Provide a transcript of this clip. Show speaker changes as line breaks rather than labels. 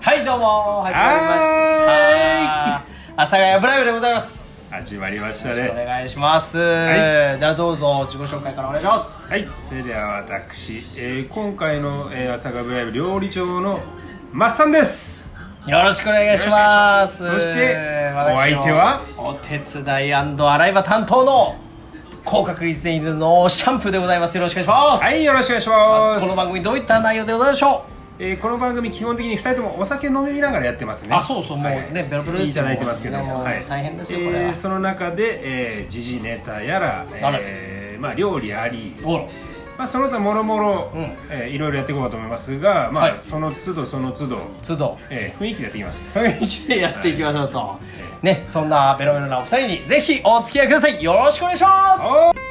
はいどうも始まりました阿佐ヶ谷ブライブでございますよ
始まりました
ろしくお
ね
願いします、
は
ではどうぞ自己紹介からお願いします
はいそれでは私、えー今回の「えー、朝霞ブライブ」料理長のマッサンです
よろしくお願いします
よろしくお願いしますそ
私
して
の
お相手は
お手伝い洗い場担当の広角一善犬のシャンプーでございますよろしくお願いします
はいよろしくお願いします
この番組どういった内容でございましょ
えーこの番組基本的に2人ともお酒飲みながらやってます
う、
ね
あそうそうもう
は
ね、ベロベロです
いただいてますけど
も
も、
う
はい、
大変ですよこれ
え
は、
ーその中で、えー、時事ネタやら、
あら
えーまあ、料理あり、
おら
まあ、その他もろもろ
うん
えーいろいろやっていこうかと思いますが、まあ
はい
その都度その都度、
都度
えー雰囲気でやっていきます
雰囲気でやっていきましょうと、ねそんなベロベロなお二人にぜひお付き合いくださいよろしくお願いします
おー